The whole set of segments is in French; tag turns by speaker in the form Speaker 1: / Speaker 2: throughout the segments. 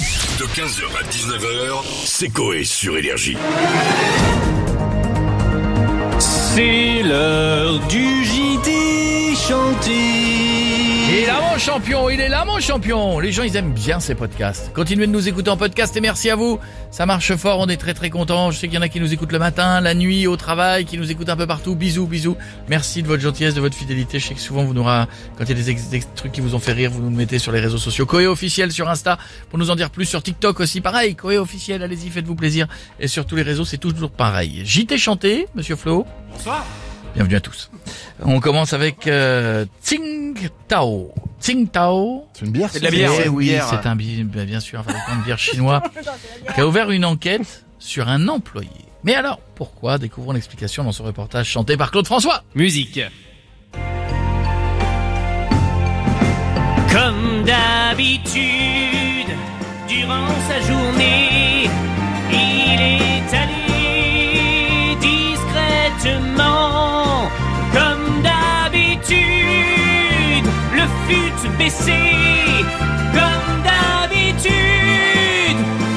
Speaker 1: De 15h à 19h, c'est Coé sur Énergie.
Speaker 2: C'est l'heure du JT
Speaker 3: Il
Speaker 2: chanté.
Speaker 3: est là mon champion, il est là mon champion Les gens ils aiment bien ces podcasts. Continuez de nous écouter en podcast et merci à vous. Ça marche fort, on est très très contents. Je sais qu'il y en a qui nous écoutent le matin, la nuit, au travail, qui nous écoutent un peu partout. Bisous, bisous. Merci de votre gentillesse, de votre fidélité. Je sais que souvent vous nous ra- quand il y a des, ex- des trucs qui vous ont fait rire, vous nous le mettez sur les réseaux sociaux. Koé officiel sur Insta pour nous en dire plus sur TikTok aussi. Pareil, Koé officiel, allez-y, faites-vous plaisir. Et sur tous les réseaux, c'est toujours pareil. JT chanté, monsieur Flo. Bienvenue à tous. On commence avec euh, Tsing Tao. Tsing Tao.
Speaker 4: C'est une bière
Speaker 5: C'est de la bière.
Speaker 3: Eh
Speaker 5: ouais,
Speaker 3: oui,
Speaker 5: bière.
Speaker 3: c'est un bi- bah, bien sûr un fabricant de bière chinois qui a ouvert une enquête sur un employé. Mais alors, pourquoi Découvrons l'explication dans ce reportage chanté par Claude François.
Speaker 5: Musique.
Speaker 6: Comme d'habitude, durant sa journée, il est allé discrètement. Comme d'habitude, le fut baissé. Comme d'habitude,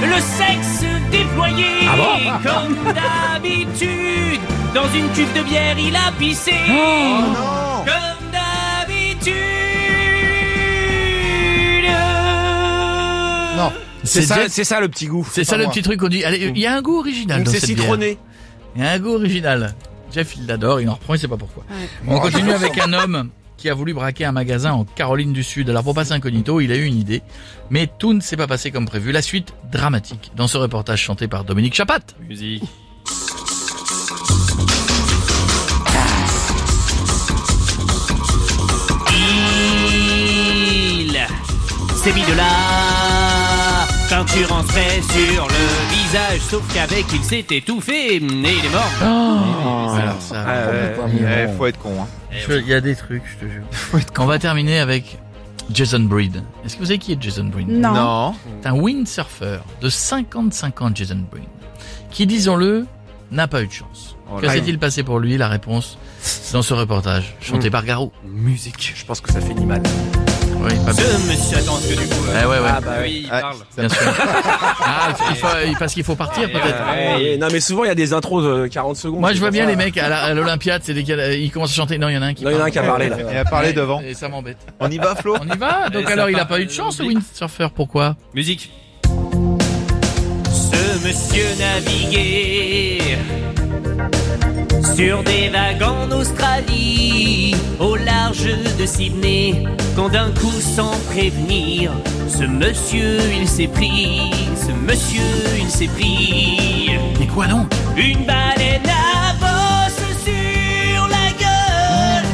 Speaker 6: le sexe déployé. Comme d'habitude, dans une cuve de bière, il a pissé. Comme d'habitude.
Speaker 4: Non.
Speaker 5: C'est ça,
Speaker 3: Jet-
Speaker 5: c'est ça le petit goût.
Speaker 3: c'est ça le
Speaker 4: moi.
Speaker 3: petit truc qu'on dit. Allez, il y a un goût original
Speaker 5: Donc
Speaker 3: dans
Speaker 5: c'est
Speaker 3: cette bière.
Speaker 5: citronné.
Speaker 3: Il y a un goût original. Jeff, il l'adore, il en reprend, il sait pas pourquoi. On continue avec un homme qui a voulu braquer un magasin en Caroline du Sud. Alors pour passer incognito, il a eu une idée, mais tout ne s'est pas passé comme prévu. La suite dramatique dans ce reportage chanté par Dominique Chapat.
Speaker 5: Musique.
Speaker 6: Il s'est mis de la peinture en spray sur le visage, sauf qu'avec il s'est étouffé et il est mort.
Speaker 3: Ah. Alors ça,
Speaker 5: Ah, ouais,
Speaker 4: pas mignon.
Speaker 5: ouais, faut être con. Hein.
Speaker 3: je- il y a des trucs, je te jure. On va terminer avec Jason Breed. Est-ce que vous savez qui est Jason Breed
Speaker 7: Non.
Speaker 3: C'est un windsurfer de 55 ans, Jason Breen, qui, disons-le, n'a pas eu de chance.
Speaker 5: Oh
Speaker 3: que
Speaker 5: là.
Speaker 3: s'est-il passé pour lui La réponse dans ce reportage, chanté par Garou.
Speaker 5: Musique. Je pense que ça finit mal.
Speaker 3: Oui, pas bien.
Speaker 6: Ce monsieur attend parce que du coup. euh,
Speaker 3: Ah ouais, ouais,
Speaker 5: Ah bah oui, il parle.
Speaker 3: bien sûr. Ah, il faut- il faut- parce qu'il faut partir peut-être.
Speaker 8: Eh, non mais souvent il y a des intros de 40 secondes.
Speaker 3: Moi, je vois bien les mecs à la- à l'Olympiade, c'est dès qu'il y a- ils commencent à chanter. Non, il y en a un qui.
Speaker 8: Non, il y en a un qui a parlé là.
Speaker 4: Il a parlé devant.
Speaker 3: Et ça m'embête.
Speaker 5: On y va, Flo
Speaker 3: On y va Donc
Speaker 6: Et
Speaker 3: alors,
Speaker 6: ça
Speaker 3: il a
Speaker 6: part-
Speaker 3: pas eu de chance, le windsurfer. Pourquoi
Speaker 5: Musique.
Speaker 6: Ce monsieur naviguait sur des vagues en Australie, au large de Sydney, quand d'un coup sans prévenir, ce monsieur il s'est pris, ce monsieur il s'est pris.
Speaker 3: Mais quoi non
Speaker 6: Une baleine à bosse sur la gueule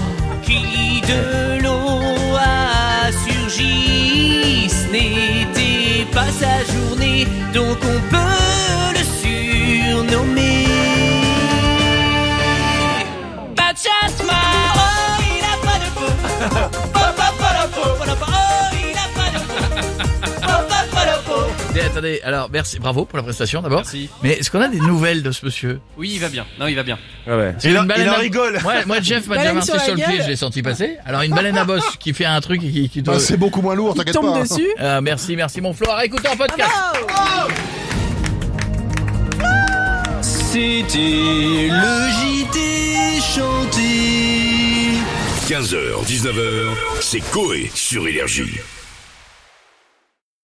Speaker 6: qui de l'eau a surgi. Ce n'était pas sa journée, donc on peut le surnommer. Pachasma, oh il a pas de Oh, peau. Pa, pa, pa, la peau, pa, la peau. Oh, il a pas de Oh, peau. Pa, pa, pa, la peau.
Speaker 3: Mais Attendez, alors merci, bravo pour la prestation d'abord.
Speaker 5: Merci.
Speaker 3: Mais est-ce qu'on a des nouvelles de ce monsieur
Speaker 5: Oui, il va bien. Non, il va bien.
Speaker 3: C'est une baleine à-
Speaker 4: rigole.
Speaker 3: Moi, moi Jeff m'a déjà
Speaker 7: Baleine
Speaker 3: marqué
Speaker 7: sur la
Speaker 3: sur le pied,
Speaker 7: gueule.
Speaker 3: je l'ai senti passer. Alors une baleine à bosse qui fait un truc et qui, qui te-
Speaker 4: Bah, c'est beaucoup moins lourd, t'inquiète
Speaker 7: Tombe
Speaker 4: pas.
Speaker 7: dessus.
Speaker 3: Euh, merci, merci mon Flo. Alors, écoutez
Speaker 7: Ah,
Speaker 3: en podcast.
Speaker 2: C'était le JT chanté.
Speaker 1: 15h, 19h, c'est Coé sur Énergie.